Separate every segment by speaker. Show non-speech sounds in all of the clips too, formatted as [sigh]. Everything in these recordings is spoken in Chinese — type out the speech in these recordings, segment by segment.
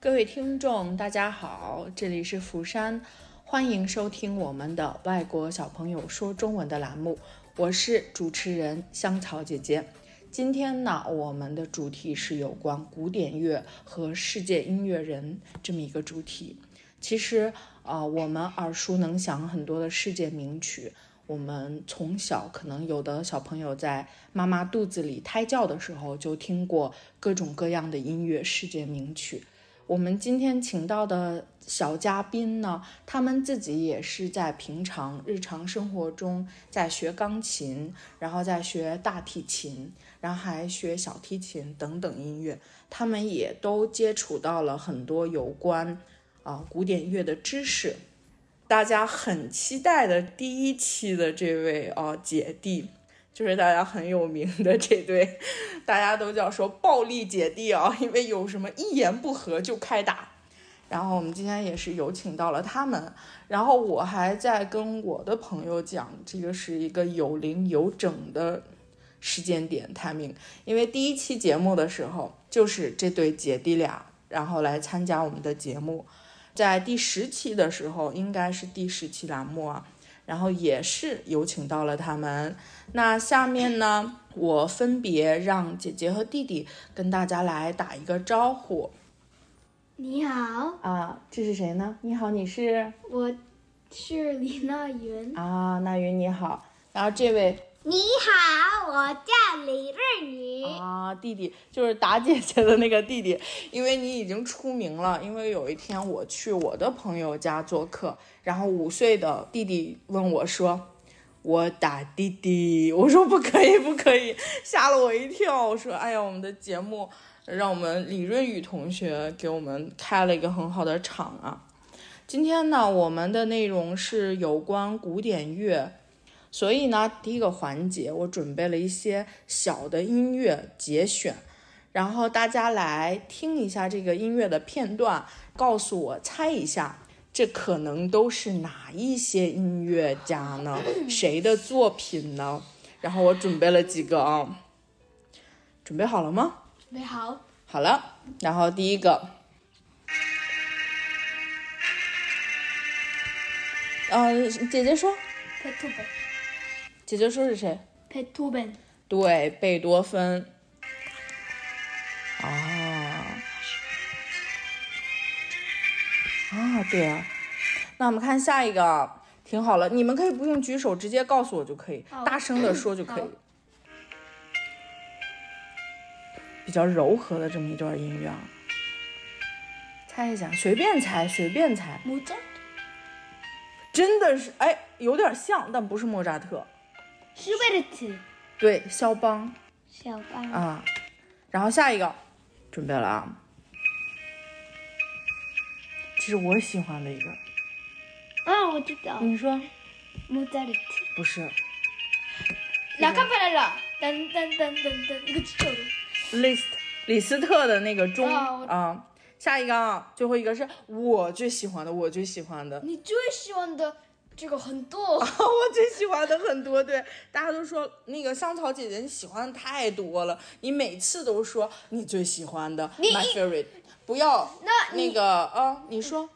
Speaker 1: 各位听众，大家好，这里是釜山，欢迎收听我们的外国小朋友说中文的栏目，我是主持人香草姐姐。今天呢，我们的主题是有关古典乐和世界音乐人这么一个主题。其实啊、呃我们耳熟能详很多的世界名曲，我们从小可能有的小朋友在妈妈肚子里胎教的时候就听过各种各样的音乐世界名曲。我们今天请到的小嘉宾呢，他们自己也是在平常日常生活中在学钢琴，然后在学大提琴，然后还学小提琴等等音乐。他们也都接触到了很多有关啊、古典乐的知识。大家很期待的第一期的这位啊、姐弟，就是大家很有名的这对大家都叫说暴力姐弟啊，因为有什么一言不合就开打。然后我们今天也是有请到了他们，然后我还在跟我的朋友讲，这个是一个有零有整的时间点 timing，因为第一期节目的时候就是这对姐弟俩，然后来参加我们的节目，在第十期的时候应该是第十期栏目啊，然后也是有请到了他们，那下面呢，我分别让姐姐和弟弟跟大家来打一个招呼
Speaker 2: 你好，
Speaker 1: 啊。这是谁呢？你好，你是
Speaker 2: 我是李娜云。
Speaker 1: 啊，那云你好。然后这位
Speaker 2: 你好，我叫李瑞宇。
Speaker 1: 啊，弟弟就是打姐姐的那个弟弟，因为你已经出名了。因为有一天我去我的朋友家做客，然后五岁的弟弟问我说：“我打弟弟。”我说：“不可以，不可以！”吓了我一跳。我说：“哎呀，我们的节目让我们李润宇同学给我们开了一个很好的场啊。”今天呢，我们的内容是有关古典乐。所以呢，第一个环节我准备了一些小的音乐节选，然后大家来听一下这个音乐的片段，告诉我猜一下，这可能都是哪一些音乐家呢？谁的作品呢？然后我准备了几个啊、准备好了吗？
Speaker 2: 你好，
Speaker 1: 好了，然后第一个，呃，姐姐说，
Speaker 2: 贝多芬，
Speaker 1: 姐姐说是谁？
Speaker 2: 贝多芬，
Speaker 1: 对，贝多芬。啊啊，对啊。那我们看下一个，啊挺好了，你们可以不用举手，直接告诉我就可以，
Speaker 2: 哦
Speaker 1: 大声的说就可以
Speaker 2: 好。
Speaker 1: 比较柔和的这么一段音乐啊，猜一下，随便猜，随便猜，
Speaker 2: 莫扎
Speaker 1: 真的是，哎，有点像，但不是莫扎特，
Speaker 2: 施贝特，
Speaker 1: 对，肖邦。
Speaker 2: 小巴，
Speaker 1: 啊，然后下一个，准备了啊，这是我喜欢的一个，
Speaker 2: 啊，我知道，
Speaker 1: 你说
Speaker 2: 莫扎特。
Speaker 1: 不是
Speaker 2: 拉卡贝拉，噔噔噔噔噔，一个气球。
Speaker 1: ？List 李斯特的那个钟
Speaker 2: 哦我
Speaker 1: 啊，下一个啊，最后一个是我最喜欢的，我最喜欢的， [laughs]
Speaker 2: 你最喜欢的这个很多，
Speaker 1: 我最喜欢的很多，对，大家都说那个香草姐姐你喜欢的太多了，你每次都说你最喜欢的
Speaker 2: 你
Speaker 1: my favorite，不要
Speaker 2: 那
Speaker 1: 那个啊，你说。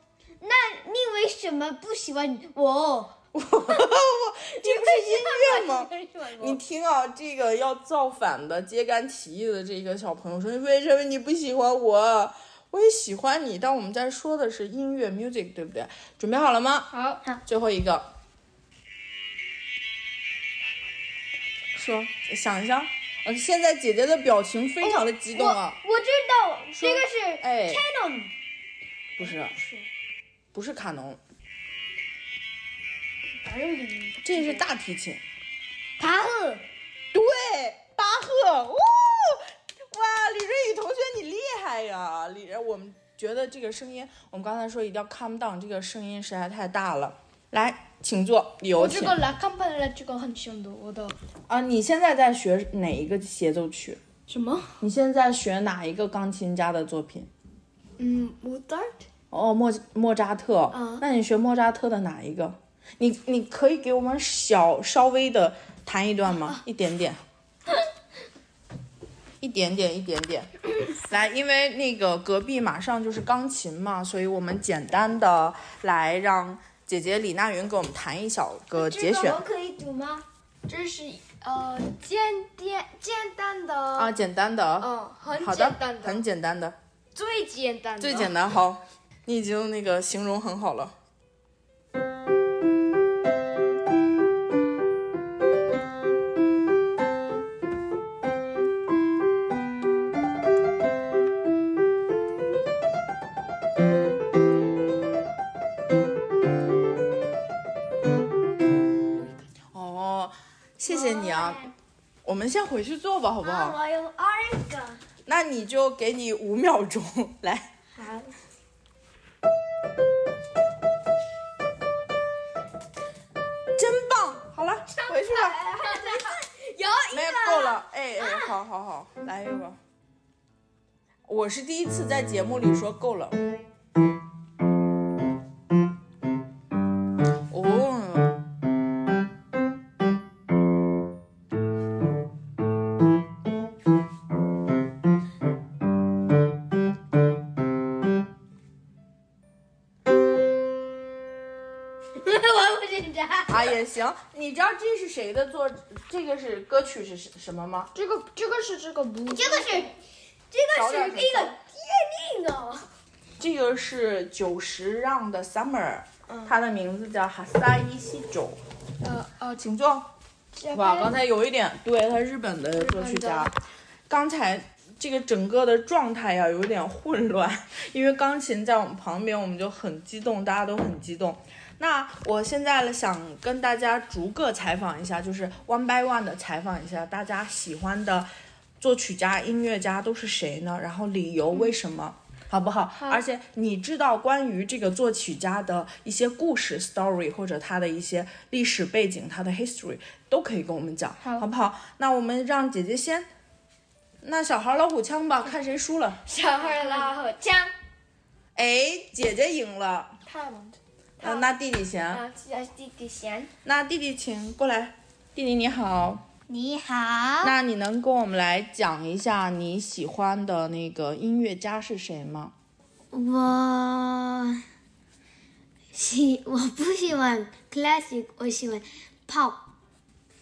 Speaker 2: 那你为什么不喜欢我？
Speaker 1: 这不是音乐吗？
Speaker 2: 为什么不喜欢
Speaker 1: 你
Speaker 2: 我？
Speaker 1: 听啊，这个要造反的、揭竿起义的这个小朋友说：“为什么你不喜欢我？我也喜欢你。”但我们在说的是音乐 music，对不对？准备好了吗？
Speaker 2: 好，
Speaker 1: 最后一个，说想一下。呃，现在姐姐的表情非常的激动啊！
Speaker 2: 哦我我知道，这个是
Speaker 1: 哎
Speaker 2: Canon，
Speaker 1: 不是，不是卡农，
Speaker 2: 哪有音乐？
Speaker 1: 这是大提琴。
Speaker 2: 卡赫，
Speaker 1: 对，巴赫，哦，哇，李瑞宇同学你厉害呀！李，我们觉得这个声音，我们刚才说一定要 calm down，这个声音实在太大了。来，请坐，有
Speaker 2: 我
Speaker 1: 请
Speaker 2: 这个拉康巴拉这个很喜欢的，我的
Speaker 1: 啊！你现在在学哪一个协奏曲？
Speaker 2: 什么？
Speaker 1: 你现在学哪一个钢琴家的作品？
Speaker 2: 嗯，莫扎特，
Speaker 1: 哦，莫莫扎特。
Speaker 2: 嗯
Speaker 1: 那你学莫扎特的哪一个？你你可以给我们小稍微的弹一段吗？一点点。一点点，一点点。来，因为那个隔壁马上就是钢琴嘛，所以我们简单的来让姐姐李娜云给我们弹一小个节选
Speaker 3: 这个我可以读吗？这是呃简单简单的，
Speaker 1: 啊，简单的啊，
Speaker 3: 嗯，很
Speaker 1: 好
Speaker 3: 简单
Speaker 1: 很简单的，
Speaker 3: 最简单的，
Speaker 1: 最简单。好，你已经那个形容很好了。哦，谢谢你啊，我们先回去做吧，好不
Speaker 2: 啊，
Speaker 1: 好？
Speaker 2: 我有二个。
Speaker 1: 那你就给你五秒钟 [laughs] 来。
Speaker 2: 好，
Speaker 1: 真棒！好了，回去吧。
Speaker 3: 有
Speaker 1: 没有够
Speaker 2: [laughs]
Speaker 1: 了，哎哎，好好好，来一个吧。我是第一次在节目里说够了。哦，
Speaker 2: 我不紧张。
Speaker 1: 啊也行。你知道这是谁的作？这个是歌曲是什什么吗？
Speaker 3: 这个这个是这个不，
Speaker 2: 这个是，这个是那个电影的。
Speaker 1: 这个是久石让的 Summer，他的名字叫哈萨伊西久。
Speaker 3: 呃呃，
Speaker 1: 请坐。哇，刚才有一点，对他日本的作曲家
Speaker 3: 日本，
Speaker 1: 刚才这个整个的状态呀、有点混乱，因为钢琴在我们旁边，我们就很激动，大家都很激动。那我现在呢，想跟大家逐个采访一下，就是 one by one 的采访一下大家喜欢的作曲家、音乐家都是谁呢？然后理由为什么？好不好？而且你知道关于这个作曲家的一些故事 story，或者他的一些历史背景，他的 history 都可以跟我们讲，好不好？那我们让姐姐先，那小孩老虎枪吧，看谁输了。
Speaker 3: 小孩拉火枪，
Speaker 1: 哎，姐姐赢了，
Speaker 3: 太猛了
Speaker 1: 呃，那弟弟先，
Speaker 3: 啊！小弟弟先，
Speaker 1: 那弟弟请过来。弟弟你好，
Speaker 2: 你好，
Speaker 1: 那你能跟我们来讲一下你喜欢的那个音乐家是谁吗？
Speaker 2: 我喜我不喜欢 classic，我喜欢 pop。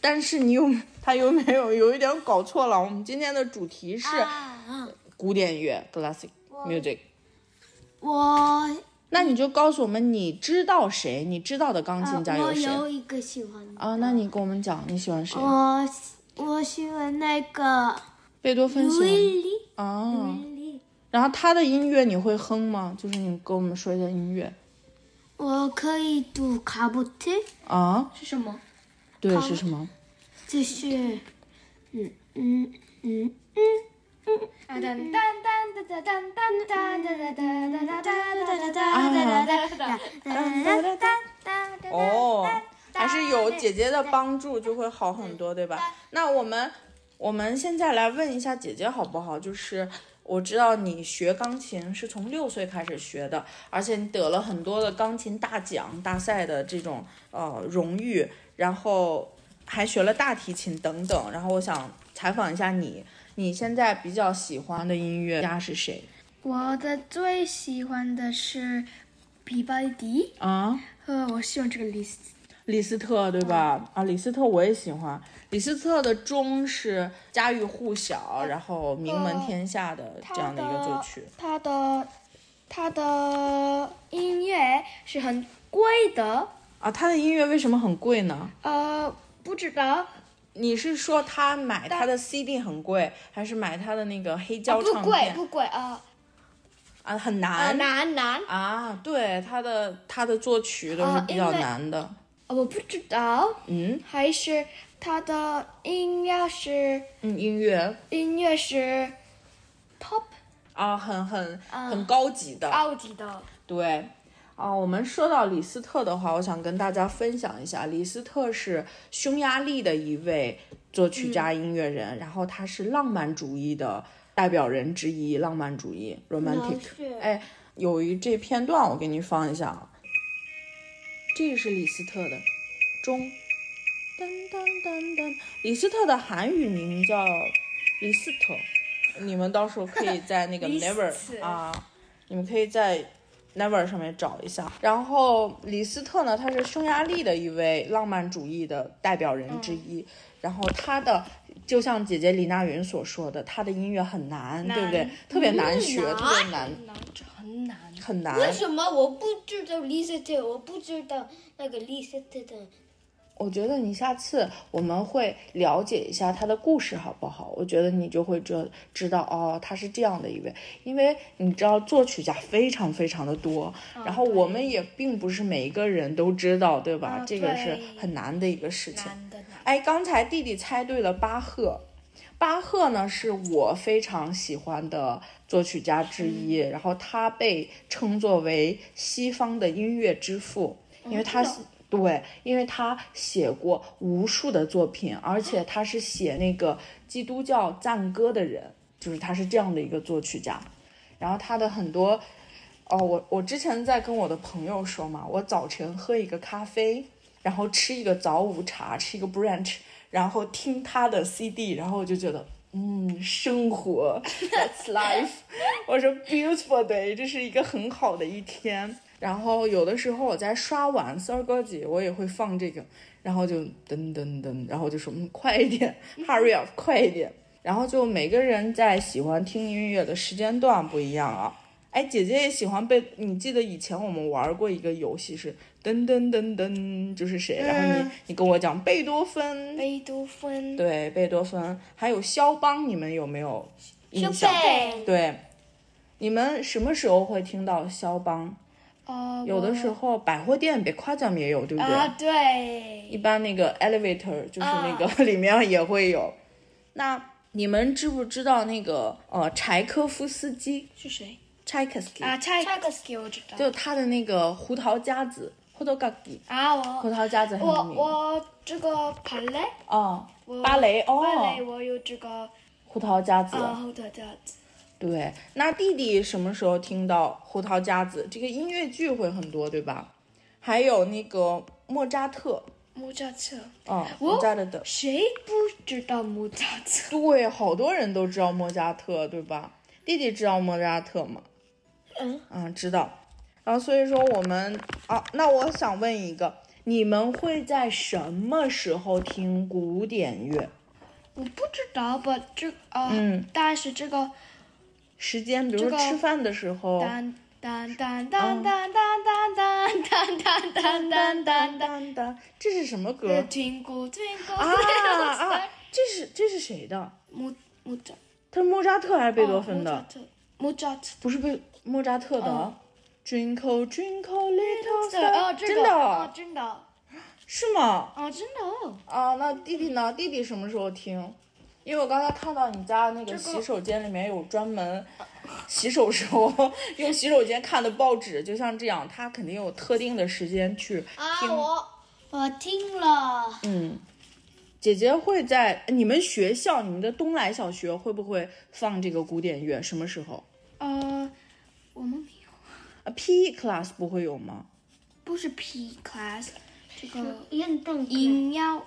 Speaker 1: 但是你有 [laughs] 他有没有有一点搞错了？我们今天的主题是
Speaker 2: 啊，
Speaker 1: 古典乐 （classic music）。
Speaker 2: 我
Speaker 1: 那你就告诉我们你知道谁，你知道的钢
Speaker 2: 啊
Speaker 1: 琴家
Speaker 2: 我
Speaker 1: 有谁
Speaker 2: 有哦一个喜欢的，
Speaker 1: 啊？那你跟我们讲你喜欢谁？
Speaker 2: 我喜我喜欢那个
Speaker 1: 贝多芬喜
Speaker 2: 路
Speaker 1: 欢
Speaker 2: 易利，
Speaker 1: 啊。
Speaker 2: 路易利
Speaker 1: 然后他的音乐你会哼吗？就是你跟我们说一下音乐
Speaker 2: 我可以读卡布特，
Speaker 1: 啊。
Speaker 3: 是什么？
Speaker 1: 对，是什么？
Speaker 2: 就是嗯嗯嗯，
Speaker 3: 噔噔噔噔噔噔噔噔噔噔噔噔噔噔噔噔。
Speaker 1: 哦，还是有姐姐的帮助就会好很多，对吧？那我们我们现在来问一下姐姐好不好？就是我知道你学钢琴是从六岁开始学的，而且你得了很多的钢琴大奖、大赛的这种呃荣誉，然后还学了大提琴等等。然后我想采访一下你，你现在比较喜欢的音乐家是谁
Speaker 3: 我的最喜欢的是比巴迪，
Speaker 1: 啊？
Speaker 3: 呃，我喜欢这个 list。
Speaker 1: 李斯特对吧？啊，李斯特我也喜欢。李斯特的《钟》是家喻户晓，然后名门天下的这样的一个作曲。
Speaker 3: 他的他的音乐是很贵的，
Speaker 1: 啊，他的音乐为什么很贵呢？
Speaker 3: 呃，不知道，
Speaker 1: 你是说他买他的 CD 很贵，还是买他的那个黑胶
Speaker 3: 不
Speaker 1: 唱
Speaker 3: 贵
Speaker 1: 片？
Speaker 3: 不贵
Speaker 2: 呃
Speaker 3: 啊，
Speaker 1: 啊，很
Speaker 3: 啊
Speaker 1: 难
Speaker 3: 难难，
Speaker 1: 啊，对，他的他的作曲都是
Speaker 3: 啊
Speaker 1: 比较
Speaker 3: 因为
Speaker 1: 难的。
Speaker 3: 呃我不知道，
Speaker 1: 嗯
Speaker 3: 还是他的音乐是
Speaker 1: 嗯，音乐
Speaker 3: 音乐是 pop
Speaker 1: 啊，很很很高级的。
Speaker 3: 高级的，
Speaker 1: 对，啊，我们说到李斯特的话，我想跟大家分享一下，李斯特是匈牙利的一位作曲家、音乐人，然后他是浪漫主义的代表人之一，浪漫主义 （romantic）。哎，有一这片段我给你放一下啊，这个是李斯特的钟，噔噔噔噔，李斯特的韩语名叫李斯特，你们到时候可以在
Speaker 4: [laughs]
Speaker 1: 那个 Never 啊，你们可以在 Never 上面找一下。然后李斯特呢，他是匈牙利的一位浪漫主义的代表人之
Speaker 4: 嗯
Speaker 1: 一。然后他的就像姐姐李娜云所说的，他的音乐很难，对不对？特别难学，
Speaker 4: 难
Speaker 1: 特别难，
Speaker 4: 难，这很难。
Speaker 1: 很难。
Speaker 4: 为什么我不知道 Lisa 的？我不知道那个 Lisa 的。
Speaker 1: 我觉得你下次我们会了解一下他的故事，好不好？我觉得你就会知知道哦，他是这样的一位，因为你知道作曲家非常非常的多，
Speaker 4: 嗯
Speaker 1: 然后我们也并不是每一个人都知道，对吧？这个是很难的一个事情。
Speaker 4: 的嗯难。
Speaker 1: 哎，刚才弟弟猜对了巴赫，巴赫呢是我非常喜欢的作曲家之一，然后他被称作为西方的音乐之父，因为他
Speaker 4: 知道
Speaker 1: 是。对，因为他写过无数的作品，而且他是写那个基督教赞歌的人，就是他是这样的一个作曲家。然后他的很多，哦，我我之前在跟我的朋友说嘛，我早晨喝一个咖啡，然后吃一个早午茶，吃一个 brunch，然后听他的 CD，然后我就觉得，嗯，生活，That's life，我 [laughs] 说 beautiful day，这是一个很好的一天。然后有的时候我在刷碗、搜歌集，我也会放这个，然后就噔噔噔，然后就说嗯，快一点，hurry up，快一点。然后就每个人在喜欢听音乐的时间段不一样啊。哎，姐姐也喜欢被你记得以前我们玩过一个游戏是噔噔噔噔，就是谁？然后你你跟我讲贝多芬，
Speaker 3: 贝多芬，
Speaker 1: 对，贝多芬，还有肖邦，你们有没有印象？
Speaker 4: 贝
Speaker 1: 对，你们什么时候会听到肖邦？
Speaker 3: 哦，
Speaker 1: 有的时候百货店北夸奖也有，对不对？
Speaker 3: 啊，对，
Speaker 1: 一般那个 elevator 就是那个、 [laughs] 里面也会有。那你们知不知道那个呃柴科夫斯基
Speaker 3: 是谁
Speaker 1: （Tchaikovsky）？、
Speaker 3: 啊？柴
Speaker 4: 柴可夫斯基
Speaker 3: 我知道，
Speaker 1: 就他的那个胡桃夹子 h o d o g a k i
Speaker 3: 啊，
Speaker 1: 胡
Speaker 3: 我
Speaker 1: 桃夹子很有
Speaker 3: 我
Speaker 1: 名。
Speaker 3: 我这个芭蕾，
Speaker 1: 哦
Speaker 3: 我
Speaker 1: 芭蕾哦，
Speaker 3: 芭蕾我有这个
Speaker 1: 胡桃夹子。
Speaker 3: 啊，后头的
Speaker 1: 对，那弟弟什么时候听到《胡桃夹子》这个音乐剧会很多，对吧？还有那个莫扎特，
Speaker 3: 莫扎特，
Speaker 1: 嗯，
Speaker 3: 我
Speaker 1: 莫扎特的，
Speaker 3: 谁不知道莫扎特？
Speaker 1: 对，好多人都知道莫扎特，对吧？弟弟知道莫扎特吗？
Speaker 4: 嗯
Speaker 1: 知道。然后所以说我们啊，那我想问一个，你们会在什么时候听古典乐？
Speaker 3: 我不知道吧，这啊，
Speaker 1: 嗯
Speaker 3: 但是这个
Speaker 1: 时间，比如
Speaker 3: 这
Speaker 1: 说
Speaker 3: 个
Speaker 1: 吃饭的时候，
Speaker 3: 当当当当当当当当当当当当当当，
Speaker 1: 当当，这是什么歌？
Speaker 3: 听过听
Speaker 1: [laughs]
Speaker 3: 过
Speaker 1: 啊啊！这是这是谁的？
Speaker 3: 莫莫扎
Speaker 1: 他是莫哦扎特还是贝多芬的？
Speaker 3: 莫扎特，莫扎特，
Speaker 1: 不是贝莫扎特的。Twinkle Twinkle Little
Speaker 3: 这哦
Speaker 2: 呃
Speaker 1: Star，
Speaker 3: 这个
Speaker 1: 真的
Speaker 3: 哦
Speaker 1: 啊
Speaker 3: 真的哦
Speaker 1: 是吗？
Speaker 3: 哦真的哦。
Speaker 1: 啊，那弟弟呢？弟弟什么时候听？因为我刚才看到你家那个
Speaker 3: 个
Speaker 1: 洗手间里面有专 [laughs] 门洗手时候用洗手间看的报纸，就像这样，他肯定有特定的时间去
Speaker 4: 啊，
Speaker 1: 听。
Speaker 4: 我我听了，
Speaker 1: 嗯，姐姐会在你们学校，你们的东来小学会不会放这个古典乐？什么时候？
Speaker 3: 呃，我们没
Speaker 1: 啊
Speaker 3: 有，
Speaker 1: ，PE class 不会有吗？
Speaker 3: 不是 P class，这个
Speaker 4: 运嗯动音
Speaker 3: 音要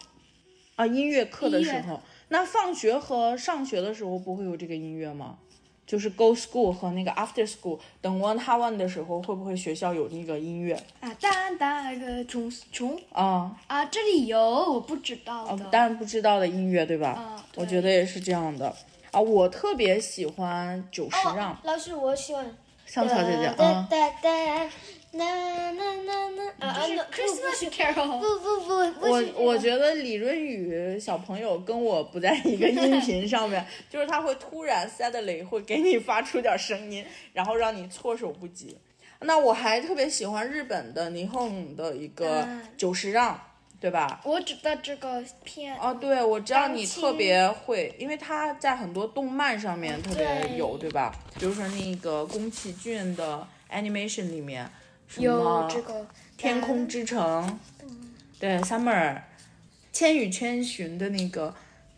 Speaker 1: 啊，音乐课的时
Speaker 3: 音乐
Speaker 1: 候，那放学和上学的时候不会有这个音乐吗？就是 go school 和那个 after school 等 one h o one 的时候，会不会学校有那个音乐
Speaker 3: 啊，当当那个虫虫
Speaker 1: 啊？哦
Speaker 3: 啊，这里有我不知道的。
Speaker 1: 当然不知道的音乐，对吧？
Speaker 3: 啊
Speaker 1: 我觉得也是这样的啊。我特别喜欢久石让，
Speaker 4: 哦，老师，我喜欢。
Speaker 1: 香草姐姐
Speaker 4: 哒
Speaker 1: 啊，
Speaker 4: 哒哒，那那那那啊
Speaker 2: 呃
Speaker 4: 啊
Speaker 3: 是 Christmas Carol，
Speaker 4: 不不不不，
Speaker 1: 我我觉得李润宇小朋友跟我不在一个音
Speaker 3: [laughs]
Speaker 1: 频上面，就是他会突然 suddenly 会给你发出点声音，然后让你措手不及。那我还特别喜欢日本的霓虹的一个
Speaker 3: 嗯
Speaker 1: 久石让，对吧？
Speaker 3: 我知道这个片
Speaker 1: 哦，对，我知道你
Speaker 3: 钢琴
Speaker 1: 特别会，因为他在很多动漫上面特别
Speaker 4: 对
Speaker 1: 有，对吧？比如说那个宫崎骏的 animation 里面，什
Speaker 3: 有
Speaker 1: 么
Speaker 3: 这个
Speaker 1: 天空之城，
Speaker 3: 嗯
Speaker 1: 对，Summer，《千与千寻》的那个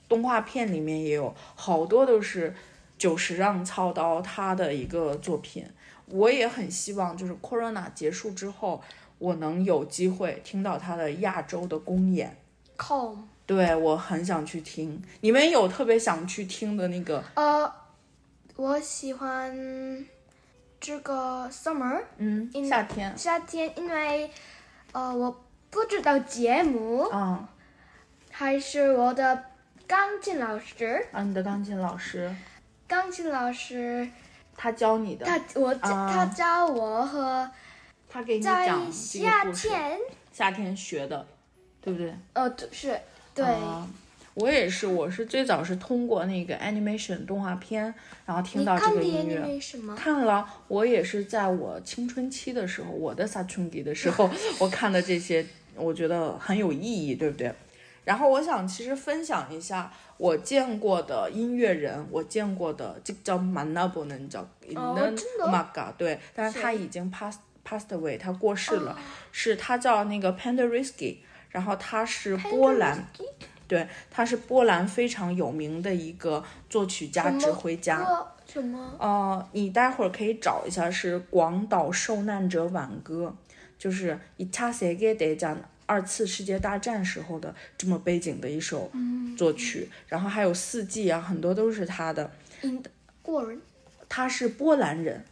Speaker 1: 动画片里面也有好多都是久石让操刀他的一个作品。我也很希望就是 Corona 结束之后，我能有机会听到他的亚洲的公演。
Speaker 4: 空。
Speaker 1: 对我很想去听，你们有特别想去听的那个
Speaker 4: 呃，
Speaker 3: 我喜欢这个 summer，
Speaker 1: 嗯，
Speaker 3: 因
Speaker 1: 夏天，
Speaker 3: 夏天，因为呃我不知道节目，
Speaker 1: 嗯，
Speaker 3: 还是我的钢琴老师，
Speaker 1: 啊，你的钢琴老师
Speaker 3: 钢琴老师
Speaker 1: 他教你的，
Speaker 3: 他我、他教我和
Speaker 1: 他给你
Speaker 3: 在
Speaker 1: 讲这
Speaker 3: 夏
Speaker 1: 个故事，
Speaker 3: 天，
Speaker 1: 夏天学的，对不对？
Speaker 3: 呃对是对、
Speaker 1: 啊我也是，我是最早是通过那个 animation 动画片，然后听
Speaker 3: 你
Speaker 1: 到这
Speaker 3: 看
Speaker 1: 个
Speaker 3: 电
Speaker 1: 音
Speaker 3: 影
Speaker 1: 乐。
Speaker 3: 为什么？
Speaker 1: 看了，我也是在我青春期的时候，我的萨春迪的时
Speaker 3: [laughs]
Speaker 1: 候，我看的这些，我觉得很有意义，对不对？然后我想其实分享一下我见过的音乐人，我见过的这叫 Manabu 能叫
Speaker 3: 哦
Speaker 1: Inan
Speaker 3: 真的
Speaker 1: Maga，对，但是他
Speaker 3: 谁
Speaker 1: 已经 pass passed away，他过世
Speaker 3: 哦
Speaker 1: 了，是他叫那个 Penderisky，然后他是波兰。对，他是波兰非常有名的一个作曲家、指挥家。
Speaker 3: 我什么？
Speaker 1: 呃，你待会儿可以找一下，是广岛受难者挽歌，就是伊恰塞给得讲二次世界大战时候的这么背景的一首作曲，然后还有四季啊，很多都是他的。
Speaker 3: 过人
Speaker 1: 他是波兰人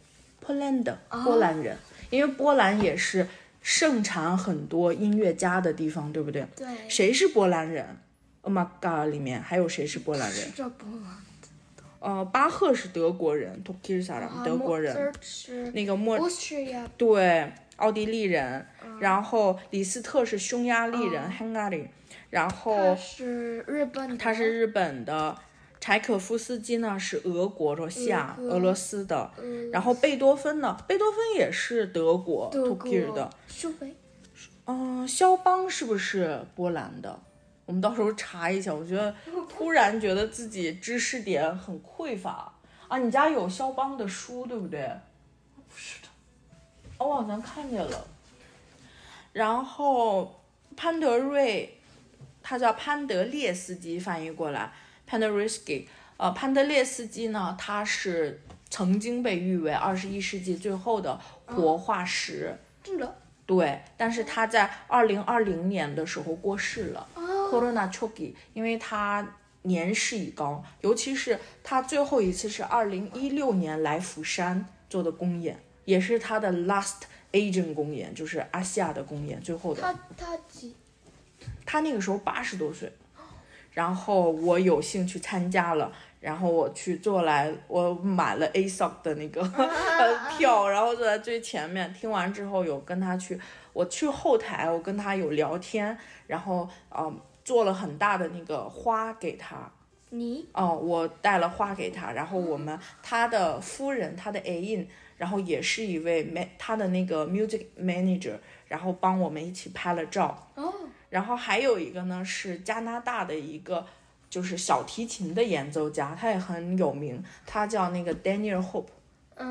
Speaker 1: ，Poland 波兰人，因为波兰也是盛产很多音乐家的地方，对不对？
Speaker 3: 对，
Speaker 1: 谁是波兰人？Oh my god！里面还有谁是波兰人？
Speaker 3: 这不吗？
Speaker 1: 呃，巴赫是德国人 t o k i r s a r
Speaker 3: 啊
Speaker 1: 德国人，
Speaker 3: 是
Speaker 1: 那个莫
Speaker 3: 不是呀？
Speaker 1: 对，奥地利
Speaker 3: 啊
Speaker 1: 人，然后李斯特是匈牙利人、h u n g a r y 然
Speaker 3: 他
Speaker 1: 后
Speaker 3: 是日本的，
Speaker 1: 他是日本的，柴可夫斯基呢是俄国、罗西亚、
Speaker 3: 俄国
Speaker 1: 俄罗斯的，然后贝多芬呢，贝多芬也是德国
Speaker 3: 德
Speaker 1: t u r
Speaker 3: 国
Speaker 1: 的，
Speaker 3: 苏菲，
Speaker 1: 嗯，肖邦是不是波兰的？我们到时候查一下。我觉得突然觉得自己知识点很匮乏啊！你家有肖邦的书对不对？不知道。哦，我好像看见了。然后潘德瑞，他叫潘德列斯基，翻译过来潘德瑞斯基。呃，潘德列斯基呢，他是曾经被誉为二十一世纪最后的活化石。
Speaker 3: 真的
Speaker 1: 对，但是他在二零二零年的时候过世了、c o r o n a c h o k i 因为他年事已高，尤其是他最后一次是二零一六年来釜山做的公演，也是他的 last Asian 公演，就是阿西亚的公演，最后的。
Speaker 3: 他他几？
Speaker 1: 他那个时候八十多岁，然后我有幸去参加了，然后我去坐来，我买了 ASOP 的那个呃票，然后坐在最前面。听完之后有跟他去，我去后台，我跟他有聊天，然后嗯、呃做了很大的那个花给他，
Speaker 3: 你
Speaker 1: 哦，我带了花给他，然后我们他的夫人，他的 A in，然后也是一位 ma 他的那个 music manager，然后帮我们一起拍了照。哦，然后还有一个呢是加拿大的一个就是小提琴的演奏家，他也很有名，他叫那个 Daniel Hope。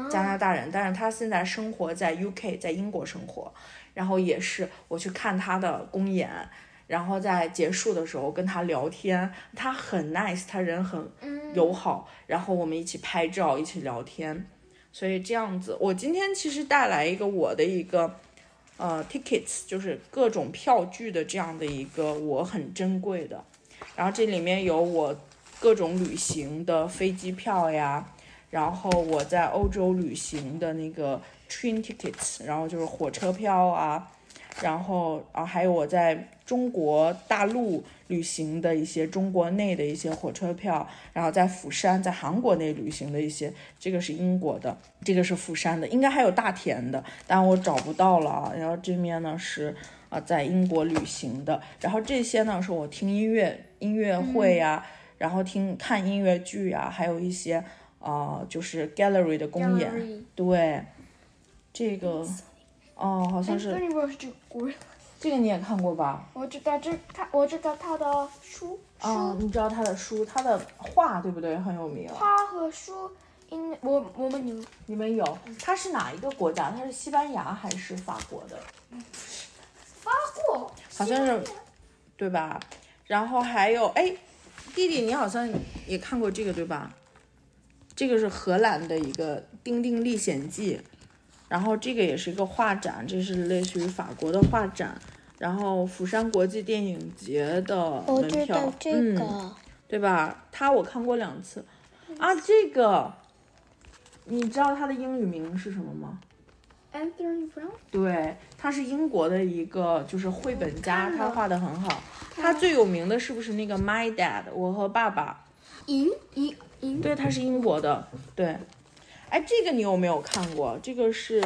Speaker 1: 加拿大人，但是他现在生活在 UK，在英国生活，然后也是我去看他的公演，然后在结束的时候跟他聊天，他很 nice，他人很友好，然后我们一起拍照，一起聊天，所以这样子，我今天其实带来一个我的一个呃 tickets，就是各种票据的这样的一个我很珍贵的，然后这里面有我各种旅行的飞机票呀。然后我在欧洲旅行的那个 train tickets，然后就是火车票啊，然后啊，还有我在中国大陆旅行的一些中国内的一些火车票，然后在釜山，在韩国内旅行的一些，这个是英国的，这个是釜山的，应该还有大田的，但我找不到了啊。然后这面呢是啊在英国旅行的，然后这些呢是我听音乐音乐会呀、然后听看音乐剧呀、还有一些啊、呃就是 gallery 的公演
Speaker 3: Gallery
Speaker 1: 对，这个哦好像是。
Speaker 3: Anthony Rose 这个国人，
Speaker 1: 这个你也看过吧？
Speaker 3: 我知道这他，我知道他的书
Speaker 1: 啊，
Speaker 3: 书
Speaker 1: 你知道他的书，他的画对不对？很有名。
Speaker 3: 花和书，因为我我们有
Speaker 1: 你们有？他是哪一个国家？他是西班牙还是法国的？
Speaker 3: 发过，
Speaker 1: 好像是，对吧？然后还有，哎，弟弟，你好像也看过这个对吧？这个是荷兰的一个《丁丁历险记》，然后这个也是一个画展，这是类似于法国的画展，然后釜山国际电影节的
Speaker 2: 哦
Speaker 4: 我
Speaker 1: 门
Speaker 4: 知
Speaker 1: 票
Speaker 4: 道，这
Speaker 1: 嗯，
Speaker 4: 个，
Speaker 1: 对吧？它我看过两次啊，这个你知道他的英语名是什么吗？
Speaker 3: Anthony Brown，
Speaker 1: 对，他是英国的一个就是绘本家，他画的很好。他最有名的是不是那个《My Dad》？我和爸爸。
Speaker 3: 银银银，
Speaker 1: 对，他是英国的。对，哎，这个你有没有看过？这个是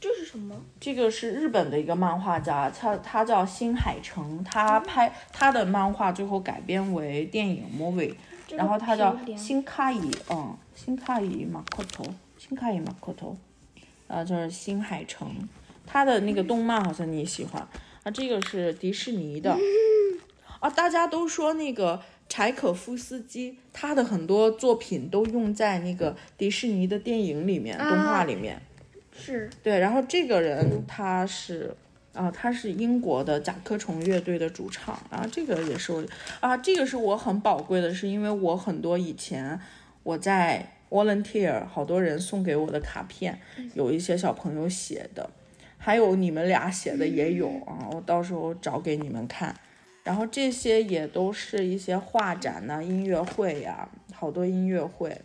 Speaker 3: 这是什么？
Speaker 1: 这个是日本的一个漫画家，他他叫新海诚，他
Speaker 3: 哦
Speaker 1: 拍他的漫画最后改编为电影 movie，然后他叫新卡伊，嗯，新卡伊马克头，新卡伊马克头，啊，就是新海诚，他的那个动漫好像你也喜欢啊，这个是迪士尼
Speaker 3: [laughs]
Speaker 1: 的，啊，大家都说那个柴可夫斯基他的很多作品都用在那个迪士尼的电影里面、动画里面。
Speaker 3: 是
Speaker 1: 对，然后这个人他是啊，他是英国的甲壳虫乐队的主唱，然后这个也是我啊，这个是我很宝贵的，是因为我很多以前我在 volunteer 好多人送给我的卡片，有一些小朋友写的，还有你们俩写的也有啊，我到时候找给你们看。然后这些也都是一些画展呐、音乐会呀、好多音乐会。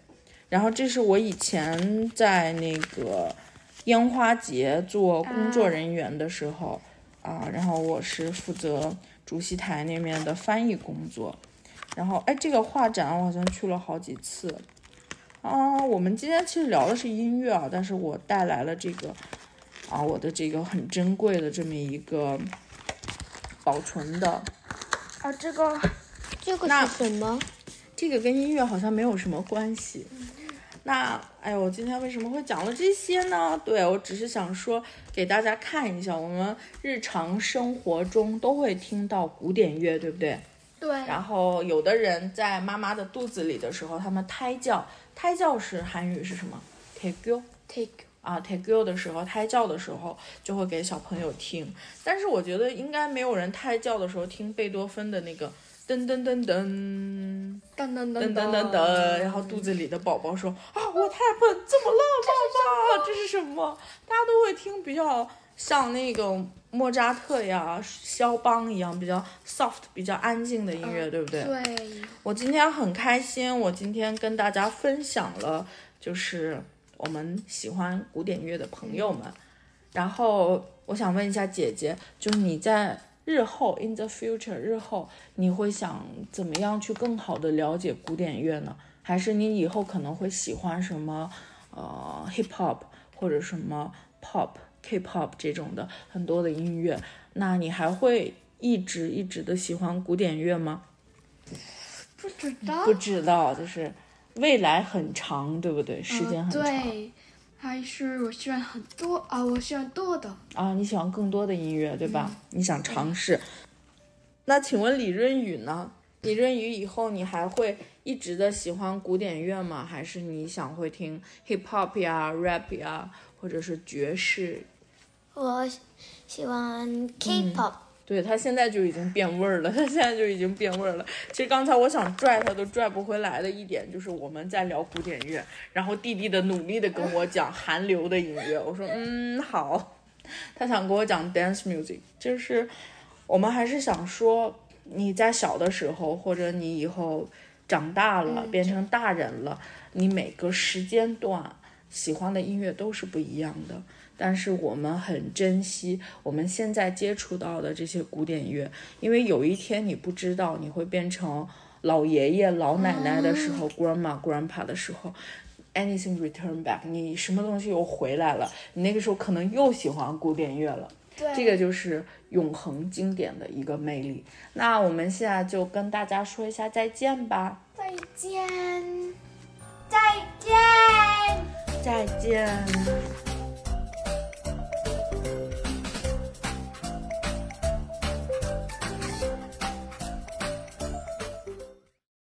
Speaker 1: 然后这是我以前在那个烟花节做工作人员的时候啊然后我是负责主席台那边的翻译工作。然后哎，这个画展我好像去了好几次。啊，我们今天其实聊的是音乐啊，但是我带来了这个啊，我的这个很珍贵的这么一个保存的
Speaker 3: 啊，这个
Speaker 4: 这个
Speaker 1: 那
Speaker 4: 是什么？
Speaker 1: 这个跟音乐好像没有什么关系。那哎呦，我今天为什么会讲了这些呢？对我只是想说给大家看一下，我们日常生活中都会听到古典乐，对不对？
Speaker 3: 对
Speaker 1: 然后有的人在妈妈的肚子里的时候，他们胎教，胎教是韩语是什么 t a k u
Speaker 4: take
Speaker 1: 啊 t a k u 的时候，胎教的时候就会给小朋友听。但是我觉得应该没有人胎教的时候听贝多芬的那个噔噔噔噔。
Speaker 3: 噔噔
Speaker 1: 噔噔噔噔，然后肚子里的宝宝说啊，我太笨，怎么了，爸爸？这是什么？大家都会听比较像那个莫扎特呀、肖邦一样比较 soft、比较安静的音乐，嗯对不对？
Speaker 3: 对，
Speaker 1: 我今天很开心，我今天跟大家分享了，就是我们喜欢古典乐的朋友们。然后我想问一下姐姐，就是你在日后 in the future 日后，你会想怎么样去更好的了解古典乐呢？还是你以后可能会喜欢什么呃 hip hop 或者什么 pop K-pop 这种的很多的音乐？那你还会一直一直的喜欢古典乐吗？
Speaker 3: 不知道
Speaker 1: 不知道，就是未来很长，对不对？时间很长、
Speaker 3: 嗯对，还是我喜欢很多啊，我喜欢多的。
Speaker 1: 啊，你喜欢更多的音乐，对吧？你想尝试。那请问李润宇呢？李润宇以后你还会一直的喜欢古典乐吗？还是你想会听 hip hop 呀、rap 呀，或者是爵士？
Speaker 2: 我喜欢
Speaker 1: 嗯
Speaker 2: K-pop，、
Speaker 1: 对他现在就已经变味儿了，他现在就已经变味儿了。其实刚才我想拽他都拽不回来的一点，就是我们在聊古典乐，然后弟弟的努力的跟我讲韩流的音乐，我说嗯好，他想跟我讲 dance music，就是我们还是想说你在小的时候，或者你以后长大了、变成大人了，你每个时间段喜欢的音乐都是不一样的。但是我们很珍惜我们现在接触到的这些古典乐，因为有一天你不知道你会变成老爷爷、老奶奶的时候、g r a n d m a grandpa 的时候。Anything return back，你什么东西又回来了？你那个时候可能又喜欢古典乐了。
Speaker 4: 对
Speaker 1: 这个就是永恒经典的一个魅力。那我们现在就跟大家说一下再见吧，
Speaker 4: 再见，再见。
Speaker 1: 再见。